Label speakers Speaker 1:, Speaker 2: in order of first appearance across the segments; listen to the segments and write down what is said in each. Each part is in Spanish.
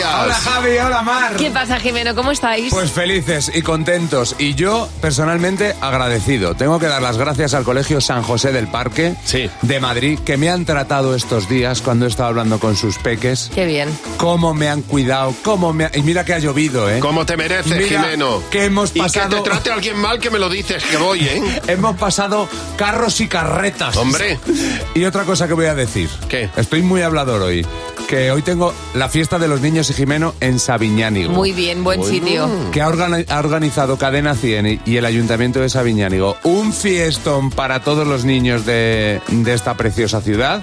Speaker 1: Javi, hola Mar.
Speaker 2: ¿Qué pasa, Jimeno? ¿Cómo estáis?
Speaker 1: Pues felices y contentos. Y yo, personalmente, agradecido. Tengo que dar las gracias al Colegio San José del Parque
Speaker 3: Sí.
Speaker 1: de Madrid, que me han tratado estos días cuando he estado hablando con sus peques.
Speaker 2: Qué bien.
Speaker 1: Cómo me han cuidado, cómo me... ha- Y mira que ha llovido, ¿eh?
Speaker 3: ¿Cómo te mereces,
Speaker 1: Mira,
Speaker 3: Jimeno?
Speaker 1: que hemos
Speaker 3: Y que
Speaker 1: pasado-
Speaker 3: te trate alguien mal que me lo dices, que voy, ¿eh?
Speaker 1: Hemos pasado carros y carretas.
Speaker 3: Hombre.
Speaker 1: Y otra cosa que voy a decir.
Speaker 3: ¿Qué?
Speaker 1: Estoy muy hablador hoy. Que hoy tengo la fiesta de los niños y Jimeno en Sabiñánigo.
Speaker 2: Muy bien, buen sitio.
Speaker 1: que ha, organi- ha organizado Cadena 100 y- y el Ayuntamiento de Sabiñánigo un fiestón para todos los niños de, de esta preciosa ciudad,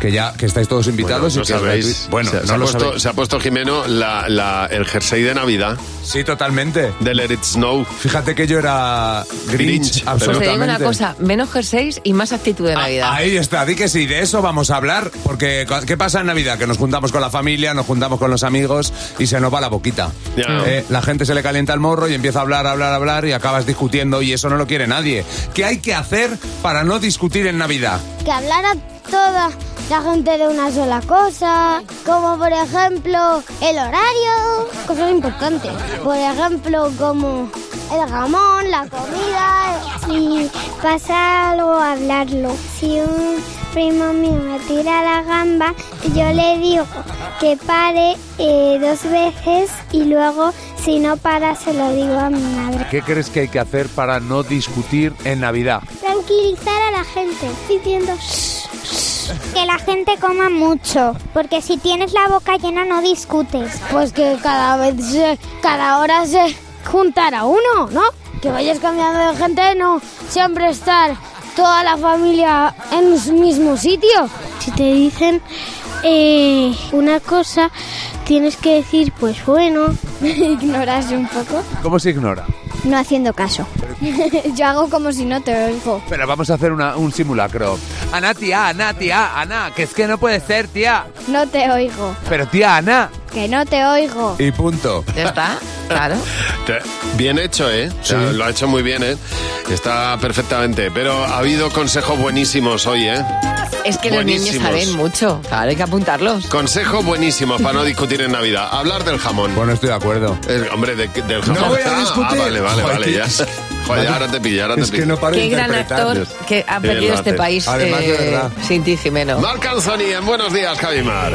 Speaker 1: que ya que estáis todos invitados
Speaker 3: no
Speaker 1: y que es
Speaker 3: sabéis.
Speaker 1: gratuito. Bueno,
Speaker 3: se,
Speaker 1: no
Speaker 3: se ha
Speaker 1: lo
Speaker 3: puesto,
Speaker 1: sabéis.
Speaker 3: se ha puesto Jimeno la- la- el jersey de Navidad
Speaker 1: Sí, totalmente.
Speaker 3: de Let It Snow.
Speaker 1: Fíjate que yo era Grinch,
Speaker 3: Grinch, pero-
Speaker 2: Pues te
Speaker 1: absolutamente.
Speaker 2: digo una cosa, menos jerseys y más actitud de
Speaker 1: Ah,
Speaker 2: Navidad.
Speaker 1: Ahí está, di que sí, de eso vamos a hablar, porque cu- ¿qué pasa en Navidad? Que nos juntamos con la familia, nos juntamos con los amigos y se nos va la boquita.
Speaker 3: Ya.
Speaker 1: Eh, la gente se le calienta el morro y empieza a hablar, hablar, hablar y acabas discutiendo y eso no lo quiere nadie. ¿Qué hay que hacer para no discutir en Navidad?
Speaker 4: que hablara toda la gente de una sola cosa, como por ejemplo el horario, cosas importantes, por ejemplo como el jamón, la comida, si pasa algo hablarlo. Si un primo mío me tira la gamba, yo le digo que pare eh, dos veces y luego si no para se lo digo a mi madre.
Speaker 1: ¿Qué crees que hay que hacer para no discutir en Navidad?
Speaker 4: Tranquilizar a la gente diciendo que la gente coma mucho, porque si tienes la boca llena no discutes. Pues que cada vez se- cada hora se juntara uno, ¿no? Que vayas cambiando de gente, no siempre estar toda la familia en un mismo sitio. Si te dicen eh, una cosa, tienes que decir pues bueno, ignorarse un poco,
Speaker 1: ¿Cómo se ignora?
Speaker 4: no haciendo caso. Yo hago como si no te oigo.
Speaker 1: Pero vamos a hacer un simulacro. Ana, tía, Ana, tía, Ana, que es que no puede ser, tía.
Speaker 4: No te oigo.
Speaker 1: Pero tía, Ana.
Speaker 4: Que no te oigo.
Speaker 1: Y punto.
Speaker 2: Ya está, claro.
Speaker 3: Te- Bien hecho, ¿eh? O sea,
Speaker 1: Sí.
Speaker 3: Lo ha hecho muy bien, ¿eh? Está perfectamente. Pero ha habido consejos buenísimos hoy, ¿eh?
Speaker 2: Es que los niños
Speaker 3: Buenísimos.
Speaker 2: saben mucho. Claro, hay que apuntarlos.
Speaker 3: Consejos buenísimos para no discutir en Navidad. Hablar del jamón.
Speaker 1: Bueno, estoy de acuerdo.
Speaker 3: Eh, hombre, de- del jamón.
Speaker 1: voy a
Speaker 3: Ah,
Speaker 1: discutir.
Speaker 3: Ah, vale, vale,
Speaker 1: Joder,
Speaker 3: vale, ya.
Speaker 1: que-
Speaker 3: Joder, ya ahora te pillo, ahora te
Speaker 1: Es
Speaker 3: pillo.
Speaker 1: que no paro de
Speaker 2: Qué gran
Speaker 1: interpretar.
Speaker 2: actor que ha
Speaker 3: Sí, lo
Speaker 2: perdido este
Speaker 3: haces.
Speaker 2: país
Speaker 1: Además, de verdad.
Speaker 2: sin ti, Jimeno.
Speaker 3: Marc Anthony, en Buenos Días, Javimar.